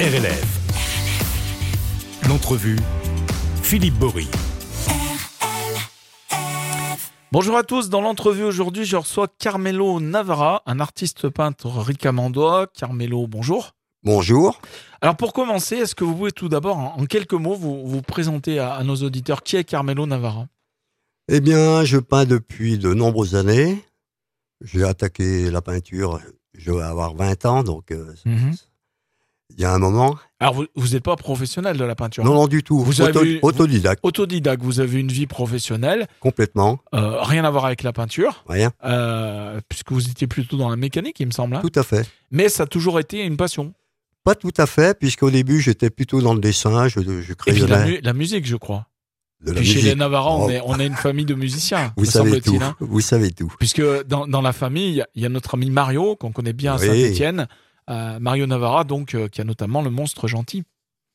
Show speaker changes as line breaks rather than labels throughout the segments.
RLF. L'entrevue, Philippe Bory.
Bonjour à tous. Dans l'entrevue aujourd'hui, je reçois Carmelo Navarra, un artiste peintre ricamandois. Carmelo, bonjour.
Bonjour.
Alors pour commencer, est-ce que vous pouvez tout d'abord, en en quelques mots, vous, vous présenter à, à nos auditeurs qui est Carmelo Navarra
Eh bien, je peins depuis de nombreuses années. J'ai attaqué la peinture, je vais avoir 20 ans, donc euh,
Mhm.
il y a un moment.
Alors vous- vous n'êtes pas professionnel de la peinture
Non, non, du tout.
Vous avez eu-
Autodidacte,
Autodidacte, vous avez une vie professionnelle,
complètement.
euh, rien à voir avec la peinture,
Rien.
euh, puisque vous étiez plutôt dans la mécanique, il me semble. hein.
Tout à fait.
Mais ça a toujours été une passion.
Pas tout à fait, puisqu'au début, j'étais plutôt dans le dessin, je, je
Et puis la,
crayonnais
mu- la musique, je crois.
de la
Puis chez les
musique.
Navarra, on,
Oh.
est, on est une famille de musiciens,
Vous
me
savez
semble-t-il.
tout.
hein.
Vous savez tout.
Puisque dans, dans la famille, il y a- il y, a notre ami Mario, qu'on connaît bien à
Oui.
Saint-Etienne, Mario Navarra, donc, euh, qui a notamment le monstre gentil.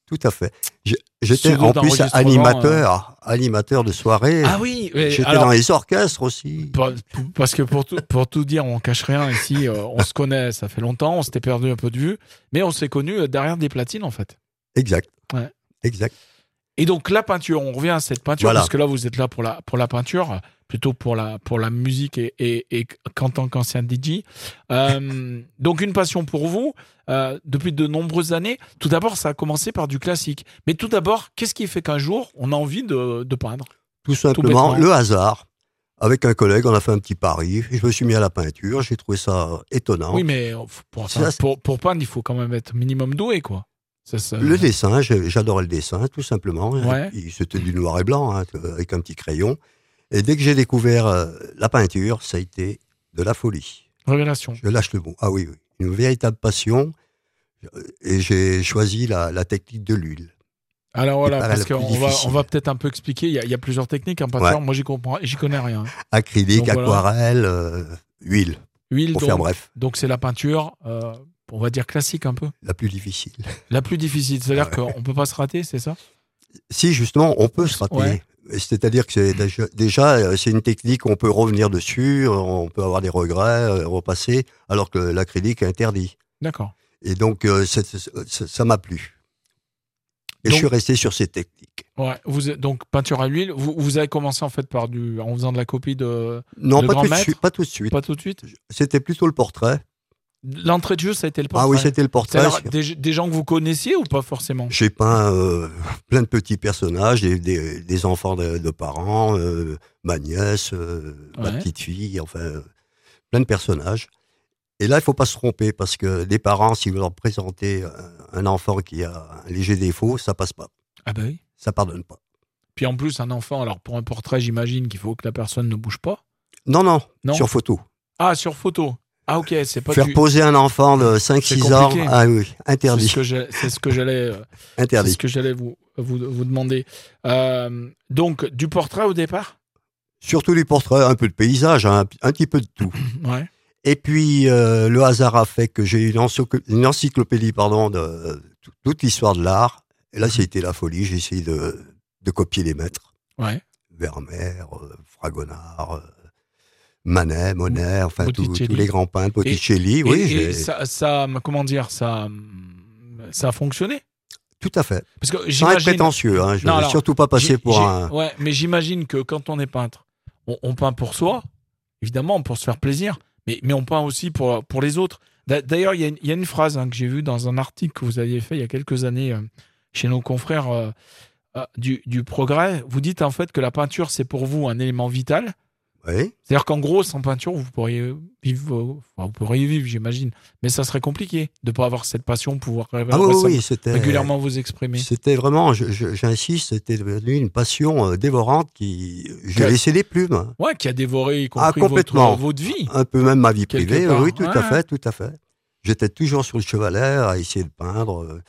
Tout à fait. Je- J'étais
Pseudo
en plus
d'enregistrement,
animateur, animateur de soirée.
euh, Ah oui, mais
Eh. J'étais
alors,
dans les orchestres aussi.
pa- pou- parce que pour tout, pour tout dire, on cache rien ici, euh, on se connaît, ça fait longtemps, on s'était perdu un peu de vue, mais on s'est connus euh, derrière des platines, en fait.
Exact.
Ouais.
Exact.
Et donc la peinture, on revient à cette peinture,
Voilà.
parce que là vous êtes là pour la, pour la peinture, euh, plutôt pour la, pour la musique et, et, et qu'en tant qu'ancien DJ. Euh, donc une passion pour vous, euh, depuis de nombreuses années. Tout d'abord, ça a commencé par du classique. Mais tout d'abord, qu'est-ce qui fait qu'un jour, on a envie de, de peindre
Tout simplement,
bêtement.
le hasard. Avec un collègue, on a fait un petit pari. Je me suis mis à la peinture. J'ai trouvé ça étonnant.
Oui, mais euh, f- pour,
Ah Ça, c'est-
pour, pour peindre, il faut quand même être minimum doué, quoi. Ça, ça-
Le dessin, j'ai- j'adorais le dessin, tout simplement.
euh, Ouais.
Et C'était du noir et blanc, hein, avec un petit crayon. Et dès que j'ai découvert euh, la peinture, ça a été de la folie.
Révélation.
Je lâche le mot. Ah oui, oui. une véritable passion. Euh, Et j'ai choisi la, la technique de l'huile.
Alors
Et
voilà,
par
parce
la plus
qu'on va, on
difficile.
va peut-être un peu expliquer. Il y a, il y a plusieurs techniques en peinture. Moi, j'y comprends, j'y connais rien.
Acrylique,
Donc voilà.
aquarelle, euh, huile,
Huile,
pour faire
donc,
bref,
Donc c'est la peinture, euh, on va dire classique un peu,
la plus difficile.
la plus difficile. C'est-à-dire qu'on peut pas se rater, c'est ça
Si, justement, on peut se rater.
Ouais.
C'est-à-dire que c'est déjà, déjà, euh, c'est une technique, on peut revenir dessus, euh, on peut avoir des regrets, euh, repasser, alors que l'acrylique est interdit.
D'accord.
Et donc, euh, c'est- c'est- c'est- ça m'a plu. Et
Donc-
je suis resté sur ces techniques.
Ouais. Vous êtes- donc peinture à l'huile. Vous, vous avez commencé en fait par du, en faisant de la copie de,
Non,
Le
pas
grand
tout, de
maître
suite, pas tout de suite.
pas tout de suite.
C'était plutôt le portrait.
L'entrée de jeu, ça a été le portrait.
Ah oui, c'était le portrait.
C'est-à-dire des, des gens que vous connaissiez ou pas forcément
J'ai peint euh, plein de petits personnages, des, des- des enfants de, de parents, euh, ma nièce, euh, ma
Ouais.
petite fille, enfin, euh, plein de personnages. Et là, il faut pas se tromper parce que les parents, si vous leur présentez un- un enfant qui a un léger défaut, ça passe pas,
Ah bah oui.
ça pardonne pas.
Puis en plus un enfant. Alors pour un portrait, j'imagine qu'il faut que la personne ne bouge pas.
Non, non,
Non.
sur photo.
Ah sur photo. Ah ok, c'est pas
Faire
du.
poser un enfant de
C'est
5-6 ans,
compliqué.
ah
C'est
oui,
ce
interdit,
que j'ai- c'est ce que j'allais. euh, C'est
interdit.
ce que j'allais vous, vous, vous demander. Euh, donc, du portrait au départ
Surtout les portraits, un peu de paysage, hein, un- un petit peu de tout.
Ouais.
Et puis, euh, le hasard a fait que j'ai eu une, encycl- une encyclopédie pardon, de euh, tout- toute l'histoire de l'art. Et là,
Mhm.
c'était la folie. J'ai essayé de, de copier les maîtres.
Ouais.
Vermeer, euh, Fragonard, euh, Manet, Monet, enfin tous-
Botticelli.
tous les grands peintres. Botticelli, oui,
et et
j'ai-
ça, ça, comment dire, ça, hum, ça a fonctionné
tout à fait.
Parce que
Sans être
j'imagine.
prétentieux, hein, je
Non,
ne
alors,
veux surtout pas passer
j'ai-
pour
j'ai-
un...
Ouais, mais j'imagine que quand on est peintre, on, on peint pour soi, évidemment, pour se faire plaisir, mais, mais on peint aussi pour, pour les autres. D'a- D'ailleurs, il y a une- il y, a une phrase hein, que j'ai vue dans un article que vous aviez fait il y a quelques années euh, chez nos confrères euh, euh, du, du Progrès. Vous dites en fait que la peinture, c'est pour vous un élément vital.
Oui,
C'est-à-dire qu'en gros, sans peinture, vous pourriez vivre, vos- enfin, vous pourriez vivre, j'imagine, mais ça serait compliqué de pas avoir cette passion, pouvoir
ah, oui, oui,
récem-
oui, c'était...
régulièrement vous exprimer.
C'était vraiment, je- je- j'insiste, c'était devenu une passion euh, dévorante qui... J'ai
Que-
laissé des plumes.
Ouais, qui a dévoré, y compris
Ah, complètement.
votre, votre vie.
un peu même ma vie
Quelque
privée.
part.
Oui, tout à
Ouais.
fait, tout à fait. J'étais toujours sur le chevalet à essayer de peindre, euh,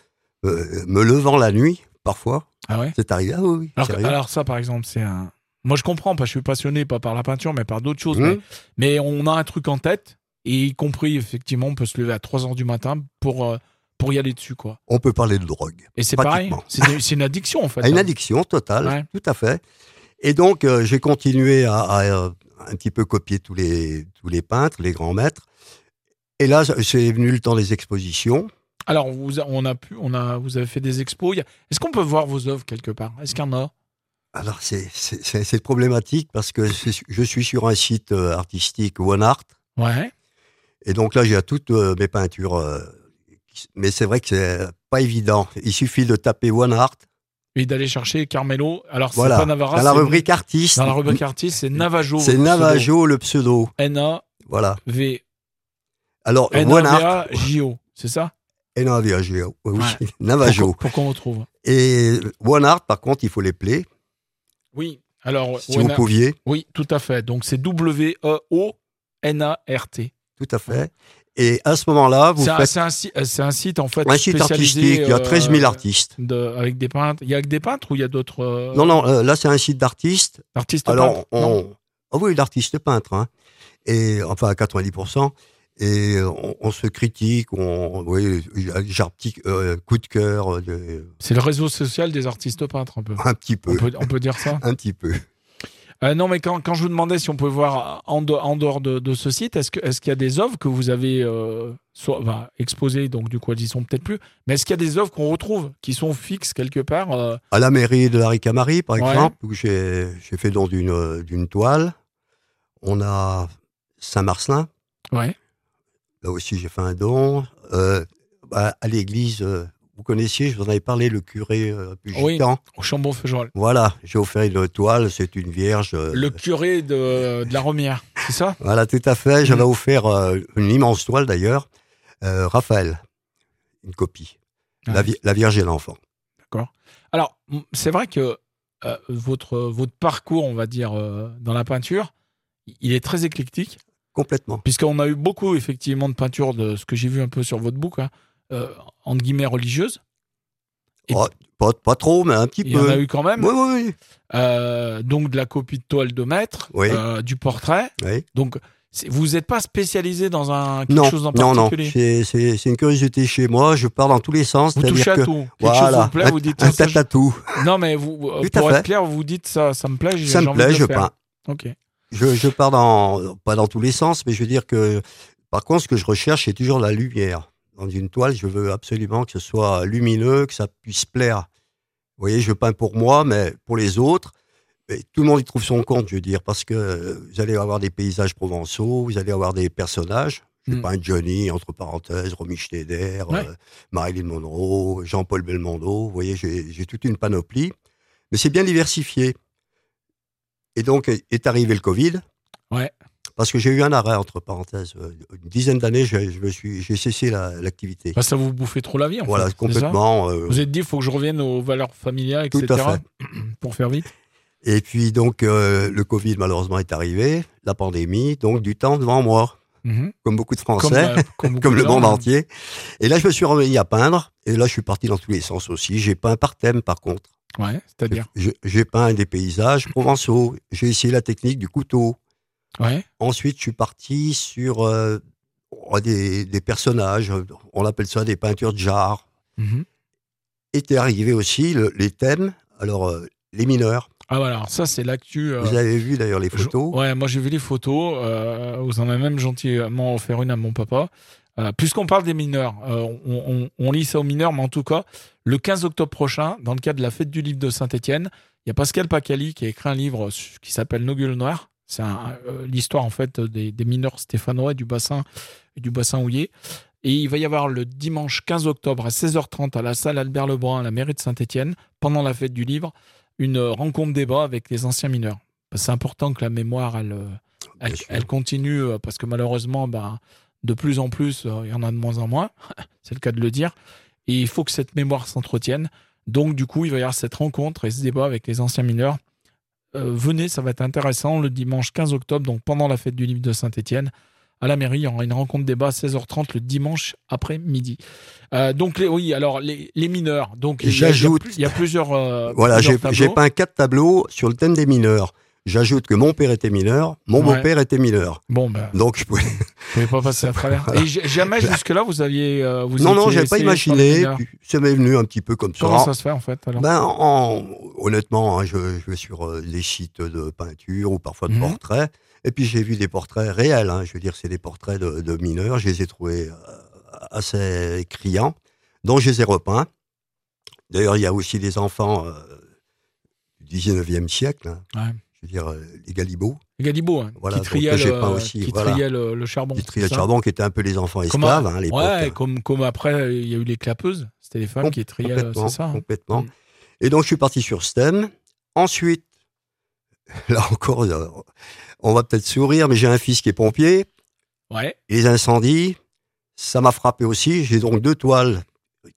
euh, me levant la nuit parfois.
Ah ouais.
C'est arrivé. Ah oui, oui,
Alors, que-
sérieux.
alors ça, par exemple, c'est un. Moi, je comprends, parce que je suis passionné pas par la peinture, mais par d'autres choses.
Mmh.
Mais, mais on a un truc en tête, et y compris, effectivement, on peut se lever à 3 heures du matin pour, euh, pour y aller dessus, quoi.
On peut parler de drogue.
Et c'est pareil.
Pratiquement.
C'est une- c'est une addiction, en fait.
À une
hein.
addiction totale,
Ouais.
tout à fait. Et donc, euh, j'ai continué à, à, euh, un petit peu copier tous les, tous les peintres, les grands maîtres. Et là, c'est venu le temps des expositions.
Alors, vous, a- on a pu, on a, vous avez fait des expos. Il y a- Est-ce qu'on peut voir vos œuvres quelque part Est-ce qu'il y en a
Alors, c'est- c'est c'est- c'est problématique parce que c'est- je suis sur un site euh, artistique One Art.
Ouais.
Et donc là, j'ai toutes euh, mes peintures. euh, qui- mais c'est vrai que c'est pas évident. Il suffit de taper One Art.
Et d'aller chercher Carmelo. Alors, c'est
Voilà.
pas Navarra.
dans la
Ah, c'est-
rubrique artiste.
Dans la rubrique artiste, c'est Navajo.
C'est
le pseudo.
Navajo, le pseudo.
N-A-V-A-J-O.
Voilà. Alors, One Art.
C'est ça
Et Navajo. Oui,
Ouais.
Navajo.
Pour, qu'on- pour qu'on retrouve.
Et euh, One Art, par contre, il faut les plaies,
Oui. Alors,
si
Wana-
vous pouviez.
oui, tout à fait. Donc, c'est E W-E-O-N-A-R-T.
Tout à fait. Et à ce moment-là, vous
C'est un,
faites
c'est un si- euh, c'est un site, en fait.
un site
spécialisé,
artistique. Il y a
euh,
13 000 artistes.
de- avec des peintres. Il y a que des peintres ou il y a d'autres euh,
Non, non, euh, là, c'est un site d'artistes.
artistes
Alors,
peintres Non.
on... Ah oui, l'artiste peintre, hein. et, enfin à 90%, et euh, on, on se critique, on, oui, j'ai un petit euh, coup de cœur, euh, de-
C'est le réseau social des artistes peintres, un peu.
un petit
On
peu,
peut, on peut dire ça
un petit peu.
Euh, Non, mais quand, quand je vous demandais si on pouvait voir en, de- en dehors de, de ce site, est-ce que- est-ce qu'il y a des œuvres que vous avez euh, soit, bah, exposées, donc du coup elles y sont peut-être plus, mais est-ce qu'il y a des œuvres qu'on retrouve, qui sont fixes quelque part euh,
À la mairie de la Ricamari, par
Ouais.
exemple, où j'ai j'ai fait don d'une euh, d'une toile, on a Saint-Marcelin,
Ouais.
là aussi j'ai fait un don, Euh, bah, à l'église, euh, vous connaissiez, je vous en avais parlé, le curé euh, Pugitan.
Au Chambon-Feugerolles.
Voilà, j'ai offert une toile, c'est une vierge. euh,
Le curé de, de la Romière, c'est ça
Voilà, tout à fait.
Mm.
J'avais offert euh, une immense toile d'ailleurs, euh, Raphaël, une copie.
Ouais.
La, vi- la Vierge et l'enfant.
Alors, m- c'est vrai que euh, votre, votre parcours, on va dire, euh, dans la peinture, il est très éclectique.
Complètement.
puisqu'on a eu beaucoup effectivement de peintures de ce que j'ai vu un peu sur votre book, hein, euh, entre guillemets religieuses. Et-
Oh, pas, pas trop, mais un petit
Il y en a
peu.
eu quand même.
Oui, oui, oui.
Euh, donc de la copie de toile de maître,
Oui.
euh, du portrait.
Oui.
Donc c'est- vous n'êtes pas spécialisé dans un quelque
Non,
chose en
non, non.
particulier.
C'est c'est- c'est une curiosité chez moi. Je pars dans tous les sens.
Vous touchez
C'est-à-dire
à
que.
tout. Quelque chose
voilà.
vous plaît,
un,
vous dites.
un
ça, je-
tatatou.
Non, mais vous, euh,
Tout à
pour
fait.
être clair, vous dites ça, ça me plaît. j'ai-
Ça
j'ai
me
envie de
plaît,
le
je
faire.
peins.
Ok.
Je, je pars dans. Pas dans tous les sens, mais je veux dire que. Par contre, ce que je recherche, c'est toujours la lumière. Dans une toile, je veux absolument que ce soit lumineux, que ça puisse plaire. Vous voyez, je peins pour moi, mais pour les autres, et tout le monde y trouve son compte, je veux dire, parce que euh, vous allez avoir des paysages provençaux, vous allez avoir des personnages. Je
Mm.
peins Johnny, entre parenthèses, Romy Schneider,
Ouais.
euh, Marilyn Monroe, Jean-Paul Belmondo. Vous voyez, j'ai j'ai toute une panoplie, mais c'est bien diversifié. Et donc est arrivé le Covid.
Ouais.
Parce que j'ai eu un arrêt, entre parenthèses. euh, Une dizaine d'années, j'ai je me suis- j'ai cessé la- l'activité.
Bah, ça vous bouffait trop la vie. En
voilà,
fait, c'est ça
complètement. euh,
Vous vous êtes dit, il faut que je revienne aux valeurs familiales,
Tout
etc.
à
Pour faire vite.
Et puis donc euh, le Covid malheureusement est arrivé, la pandémie, donc du temps devant moi,
Mhm.
comme beaucoup de
Comme,
Français, comme,
euh, comme beaucoup de
le
gens,
monde
hein.
entier. Et là je me suis remis à peindre, et là je suis parti dans tous les sens aussi. J'ai peint par thème par contre.
Ouais, c'est-à-dire.
Je- J'ai peint des paysages provençaux. J'ai essayé la technique du couteau.
Ouais.
Ensuite je suis parti sur euh, des, des personnages, on appelle ça des peintures de jarre.
Mhm.
Était arrivé aussi le- les thèmes. Alors euh, les mineurs.
Ah voilà, alors ça c'est l'actu. euh,
Vous avez vu d'ailleurs les
je-
photos.
Ouais, moi j'ai vu les photos. euh, vous en avez même gentiment offert une à mon papa. Euh, Puisqu'on parle des mineurs, euh, on, on- on lit ça aux mineurs, mais en tout cas, le 15 octobre prochain, dans le cadre de la fête du livre de Saint-Étienne, il y a Pascal Pacali qui a écrit un livre su- qui s'appelle Nos gueules noires. C'est un- euh, l'histoire en fait des, des mineurs stéphanois du bassin du bassin houillé. Et il va y avoir le dimanche 15 octobre à 16h30 à la salle Albert Lebrun à la mairie de Saint-Étienne, pendant la fête du livre, une euh, rencontre débat avec les anciens mineurs. Parce que C'est important que la mémoire, elle, euh, elle,
Bien sûr.
elle continue, euh, parce que malheureusement, ben, de plus en plus, euh, il y en a de moins en moins, c'est le cas de le dire, et il faut que cette mémoire s'entretienne. Donc du coup, il va y avoir cette rencontre et ce débat avec les anciens mineurs. Euh, venez, ça va être intéressant, le dimanche 15 octobre, donc pendant la fête du livre de Saint-Étienne à la mairie. Il y aura une rencontre débat à 16h30 le dimanche après-midi. Euh, donc, les, oui, alors les, les mineurs. Donc, il y a- il y a
J'ajoute-
plus- Il y a plusieurs. euh,
Voilà, j'ai
plusieurs tableaux.
j'ai peint quatre tableaux sur le thème des mineurs. J'ajoute que mon père était mineur, mon
Ouais.
beau-père était mineur.
Bon, ben,
Donc, je pouvais...
vous ne pouvez pas passer à travers. Et j- jamais jusque-là, vous aviez. euh, vous
Bah. non, non,
étiez
j'ai pas
laissé
imaginé.
par les mineurs.
puis Ça m'est venu un petit peu comme
Comment
ça.
ça se fait en fait alors
Ben, en- honnêtement, hein, je, je vais sur euh, des sites de peinture ou parfois de
Mhm.
portraits. Et puis, j'ai vu des portraits réels. hein. je veux dire, c'est des portraits de, de mineurs. Je les ai trouvés euh, assez criants. Donc, je les ai repeints. D'ailleurs, il y a aussi des enfants euh, du 19e siècle. hein.
Ouais.
Je veux dire, euh, les Galibots,
Galibo, hein,
Voilà,
qui
donc,
triait,
que j'ai
le,
peint aussi,
qui
voilà.
triait le, le charbon.
les triades
c'est
de
ça
charbon, qui étaient un peu les enfants
Comment-
esclaves hein, à l'époque.
Ouais,
hein.
comme, comme après, il y a eu les clapeuses. C'était les femmes
Com-
qui triaient, euh,
complètement,
c'est ça. hein.
complètement.
Mm.
Et donc, je suis parti sur ce thème. Ensuite, là encore, euh, on va peut-être sourire, mais j'ai un fils qui est pompier.
Ouais,
Et les incendies, ça m'a frappé aussi. J'ai donc deux toiles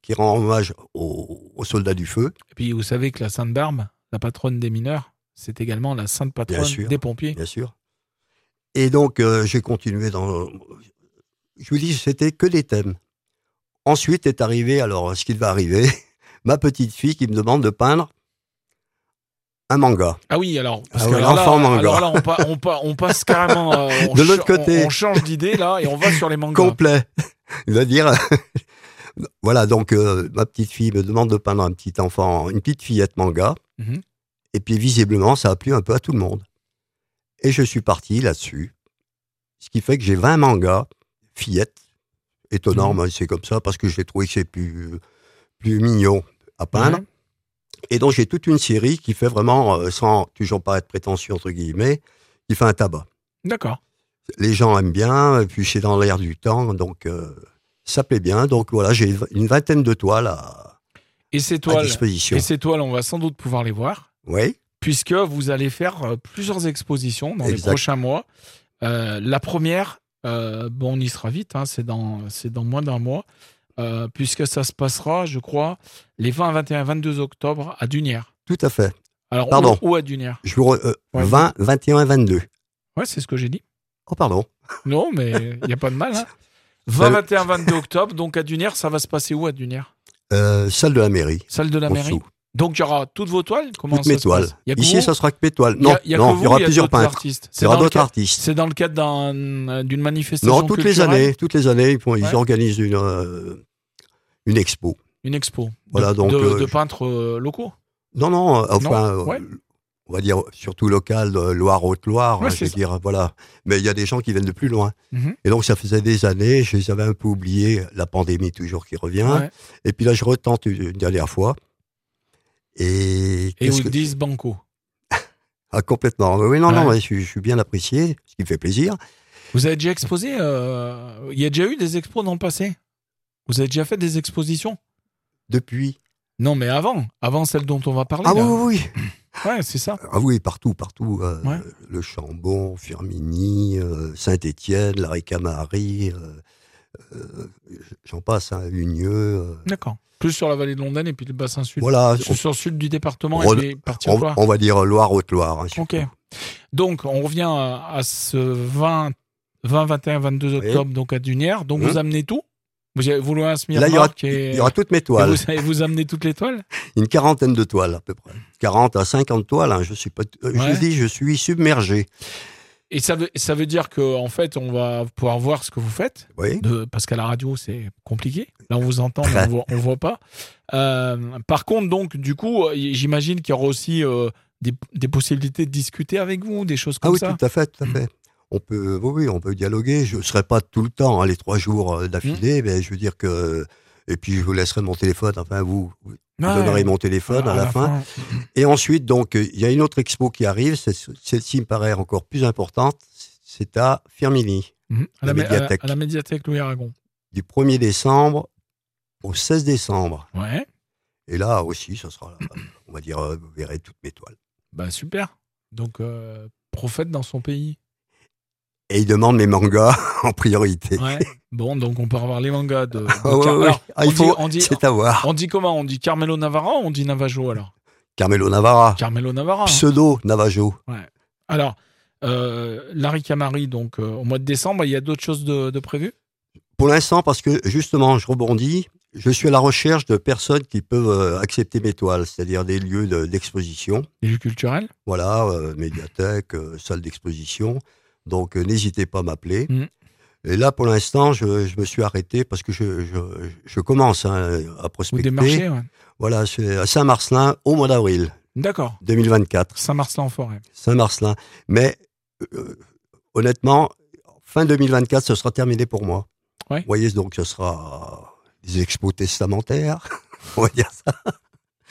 qui rendent hommage aux, aux soldats du feu,
et puis vous savez que la Sainte Barbe, la patronne des mineurs, c'est également la sainte patronne
sûr.
des pompiers.
bien sûr. Et donc, euh, j'ai continué dans... Je vous dis, c'était que des thèmes. Ensuite est arrivé, alors, ce qui va arriver, ma petite fille qui me demande de peindre un manga.
Ah oui, alors, parce
Ah
que
ouais,
alors là,
l'enfant manga.
alors là, on, pa- on pa- on passe carrément. euh, on
De l'autre
cha- on-
côté.
On, change d'idée, là, et on va sur les mangas.
complet. Il va dire. voilà, donc euh, ma petite fille me demande de peindre un petit enfant, une petite fillette manga.
Mhm.
Et puis visiblement, ça a plu un peu à tout le monde. Et je suis parti là-dessus. Ce qui fait que j'ai 20 mangas, fillettes. Étonnant,
Mhm.
mais c'est comme ça, parce que j'ai trouvé que c'est plus, plus mignon à peindre.
Ouais.
Et donc j'ai toute une série qui fait vraiment, euh, sans toujours pas être prétentieux, entre guillemets, qui fait un tabac
D'accord.
les gens aiment bien, et puis c'est dans l'air du temps, donc euh, ça plaît bien. Donc voilà, j'ai une vingtaine de toiles à,
Et ces
à
toiles,
disposition.
et ces toiles, on va sans doute pouvoir les voir.
Oui,
puisque vous allez faire euh, plusieurs expositions dans les
Exact.
prochains mois. Euh, la première, euh, bon, on y sera vite, hein, c'est dans, c'est dans moins d'un mois, euh, puisque ça se passera, je crois, les 20, 21, 22 octobre à Dunière.
tout à fait.
Alors,
Pardon.
Où, où à Dunière
Je vous re- euh,
Ouais.
20, 21, 22.
Ouais, c'est ce que j'ai dit.
Oh pardon.
Non, mais il n'y a pas de mal. hein. 20, 21, 22 octobre, donc à Dunière, ça va se passer où à Dunière
Euh, salle de la mairie.
Salle de la
en
mairie
dessous.
Donc, il y aura toutes vos toiles Comment
Toutes
ça
mes
se
toiles.
passe Il y a que vous
Ici, ça sera que mes toiles.
Il y
Non,
a- il y a que
non,
vous,
il y aura plusieurs
d'autres
peintres.
artistes.
Il y
C'est
aura
dans le
d'autres
cadre-
artistes.
C'est dans le cadre d'un- euh, d'une manifestation
Non, toutes les
culturelle,
années, toutes les années, ils, font- ils
Ouais.
organisent une, euh, une expo.
Une expo. De-
Voilà, donc,
de,
euh,
de
je-
peintres euh, locaux.
Non, non, euh, enfin, euh,
ouais.
on va dire surtout local, euh, Loire-Haute-Loire,
Ouais,
hein,
c'est
je veux
ça.
dire, voilà. Mais il y a des gens qui viennent de plus loin.
Mhm.
Et donc, ça faisait des années, je les avais un peu oubliés, la pandémie toujours qui revient.
Ouais.
Et puis là, je retente une, une dernière fois. Et,
Et
qu'est-ce
vous
que-
disent banco.
Ah, complètement. Oui, non, non,
Ouais.
ouais, je, suis- je suis bien apprécié, ce qui me fait plaisir.
Vous avez déjà exposé euh, Il y a déjà eu des expos dans le passé Vous avez déjà fait des expositions
Depuis.
Non, mais avant. Avant celle dont on va parler.
Ah oui,
là.
oui, oui.
Ouais, c'est ça.
Ah oui, partout, partout. euh,
Ouais.
Le Chambon, Firmini, euh, Saint-Étienne, la Récamari, euh, euh, j'en passe, hein, Unieux. euh,
D'accord. Plus sur la vallée de l'Ondaine et puis le bassin sud.
voilà,
Sur- Sur le sud du département
Rhône-
et les parties
on,
Loire.
on va dire Loire-Haute-Loire. hein, surtout.
Ok. Donc, on revient à, à ce 20, 20, 21, 22
Oui.
octobre, donc à Dunière. Donc,
Mhm.
vous amenez tout Vous avez- vous louez un
Là, il y, aura,
Smirnoff qui est-
il y aura toutes mes
et
toiles.
vous, et vous amenez toutes les toiles
Une quarantaine de toiles, à peu près. 40 à 50 toiles, hein, je suis pas. euh, Je
Ouais.
dis, je suis submergé.
Et ça veut, ça veut dire que en fait, on va pouvoir voir ce que vous faites,
Oui.
de, parce qu'à la radio, c'est compliqué. Là, on vous entend, mais on voit, on voit pas. Euh, par contre, donc, du coup, euh, j'imagine qu'il y aura aussi euh, des, des possibilités de discuter avec vous, des choses
Ah
comme
oui,
ça.
tout à fait, tout à fait. On peut, oui, oui, on peut dialoguer. Je ne serai pas tout le temps, hein, les trois jours euh, d'affilée,
Mmh.
mais je veux dire que. Et puis, je vous laisserai mon téléphone. Enfin, vous, vous
Ah Ouais,
donnerez mon téléphone à, la,
Ah,
fin. Et ensuite, donc, euh, il y a une autre expo qui arrive. c'est- Celle-ci me paraît encore plus importante. C'est à Firmini,
Mhm. À, la, mé- à
La
la-
médiathèque.
à la médiathèque Louis Aragon.
du 1er décembre au 16 décembre.
Ouais,
Et là aussi, ce sera, on va dire, euh, vous verrez toutes mes toiles.
bah super. Donc, euh, prophète dans son pays.
Et il demande mes mangas en priorité.
Ouais. bon, donc on peut revoir les mangas de. de
Ah ouais,
Car-
ouais.
Alors,
Ah,
on
il
dit-
faut-
on dit-
C'est à voir.
on dit comment On dit Carmelo Navarra ou on dit Navajo alors
Carmelo Navarra,
Carmelo Navarra.
pseudo Navajo.
Alors, euh, Larry Camari, donc euh, au mois de décembre, il y a d'autres choses de, de prévues
Pour l'instant, parce que justement, je rebondis, je suis à la recherche de personnes qui peuvent euh, accepter mes toiles, c'est-à-dire des lieux de- d'exposition.
Des lieux culturels
voilà, euh, médiathèque, euh, salle d'exposition. Donc euh, n'hésitez pas à m'appeler.
Mm.
Et là, pour l'instant, je, je me suis arrêté parce que je, je, je commence hein, à
ou
prospecter.
des marchés ouais.
Voilà, c'est à Saint-Marcelin au mois d'avril
D'accord.
2024.
Saint-Marcelin-en-Forêt.
Saint-Marcelin. Mais euh, honnêtement, fin 2024, ce sera terminé pour moi.
Ouais.
Vous voyez, donc ce sera. des expos testamentaires, on va dire ça.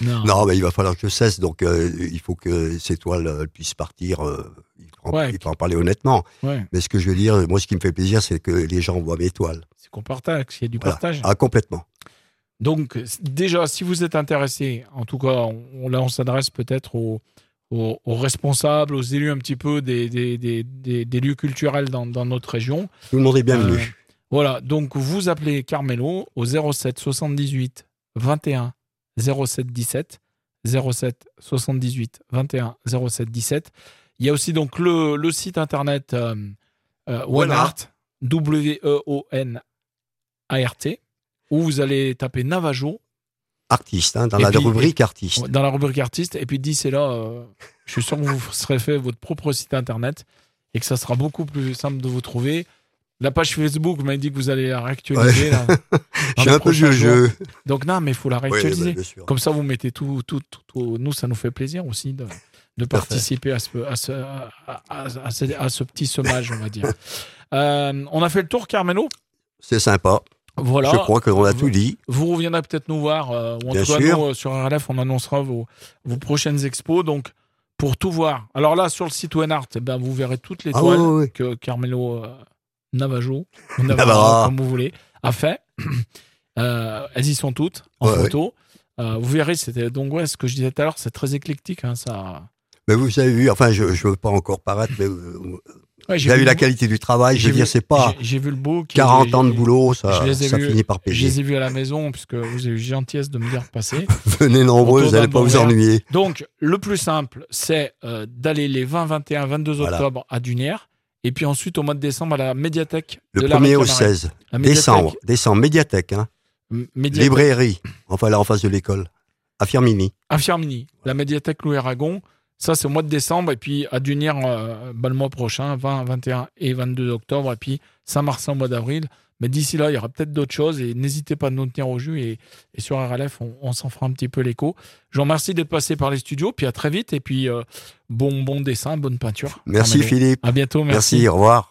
Non.
Non, mais il va falloir que je cesse, donc euh, il faut que ces toiles euh, puissent partir. euh, il, faut en,
Ouais.
il faut en parler honnêtement.
Ouais,
Mais ce que je veux dire, moi, ce qui me fait plaisir, c'est que les gens voient mes toiles.
c'est qu'on partage, qu'il y a du
Voilà.
partage.
Ah, complètement.
Donc, c- déjà, si vous êtes intéressé, en tout cas, on- on- là, on s'adresse peut-être aux, aux- aux responsables, aux élus un petit peu des, des, des- des- des lieux culturels dans, dans notre région.
Tout le monde est bienvenu.
Euh, voilà, donc vous appelez Carmelo au 07 78 21 07 17. 07 78 21 07 17. Il y a aussi donc le, le site internet euh, euh, E
Voilà.
OneArt, W-E-O-N-A-R-T, où vous allez taper Navajo
Artiste, hein, dans
Et
la
puis-
rubrique artiste.
dans la rubrique artiste, et puis dit c'est là, euh, je suis sûr que vous vous serez fait votre propre site internet et que ça sera beaucoup plus simple de vous trouver. La page Facebook m'a dit que vous allez la réactualiser. là, dans
je suis
les
un peu
prochains
vieux
jours.
jeu.
Donc non, mais il faut la
Oui,
réactualiser.
bah, bien sûr.
Comme ça, vous mettez tout, tout, tout, tout- Nous, ça nous fait plaisir aussi de, de
Tout à fait.
participer à ce, à, ce, à, à- à ce- à ce petit sommage, on va dire. Euh, on a fait le tour, Carmelo.
C'est sympa.
Voilà.
Je crois qu'on a tout dit.
Vous reviendrez peut-être nous voir, euh, ou en
Bien
tout cas,
sûr.
nous, euh, sur RLF, on annoncera vos, vos prochaines expos. Donc, pour tout voir. Alors là, sur le site WenArt, eh ben, vous verrez toutes les
Ah oui,
toiles
oui, oui.
que Carmelo euh, Navajo, ou
Navarra.
Navarro, comme vous voulez, a fait. Euh, elles y sont toutes, en
Ouais,
photo. Euh, vous verrez, c'était donc ouais, ce que je disais tout à l'heure, c'est très éclectique. hein, ça...
Mais vous avez vu, enfin, je ne veux pas encore paraître, mais euh,
Ouais,
j'ai vu la
le book-
qualité du travail. Je
j'ai
veux dire,
vu-
c'est pas
j'ai- J'ai vu le book. et
40
j'ai-
ans de
j'ai-
boulot, ça,
je les ai
ça
vus-
finit par
Je
payer.
les ai vus à la maison, puisque vous avez eu gentillesse de me dire passer.
Venez nombreux,
Autour
vous n'allez
d'un
pas
bon
vous
verre.
ennuyer.
Donc, le plus simple, c'est euh, d'aller les 20, 21, 22
Voilà.
octobre à Dunière. Et puis ensuite, au mois de décembre, à la médiathèque.
Le
de la
1er
rue
au
Camaret.
16
La médiathèque-
décembre, décembre, médiathèque, hein,
M- médiathèque
librairie, enfin là en face de l'école, à Firmini.
à Firmini, la médiathèque Louis Aragon. Ça, c'est au mois de décembre. Et puis à Dunière, euh, bah, le mois prochain, 20, 21 et 22 octobre. Et puis Saint-Marcin au mois d'avril. Mais d'ici là, il y aura peut-être d'autres choses. Et n'hésitez pas à nous tenir au jus. Et, et sur RLF, on, on s'en fera un petit peu l'écho. Je vous remercie d'être passé par les studios. Puis à très vite. Et puis euh, bon, bon dessin, bonne peinture.
Merci
Armando.
Philippe,
À bientôt.
merci au revoir.